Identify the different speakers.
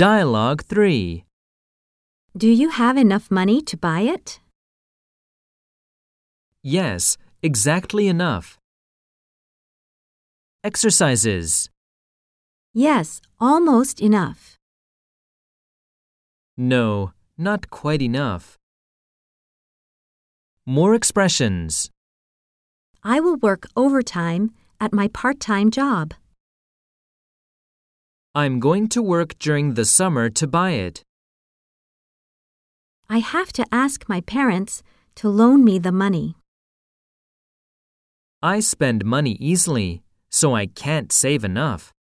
Speaker 1: Dialogue 3.
Speaker 2: Do you have enough money to buy it?
Speaker 1: Yes, exactly enough. Exercises.
Speaker 2: Yes, almost enough.
Speaker 1: No, not quite enough. More expressions.
Speaker 2: I will work overtime at my part time job.
Speaker 1: I'm going to work during the summer to buy it.
Speaker 2: I have to ask my parents to loan me the money.
Speaker 1: I spend money easily, so I can't save enough.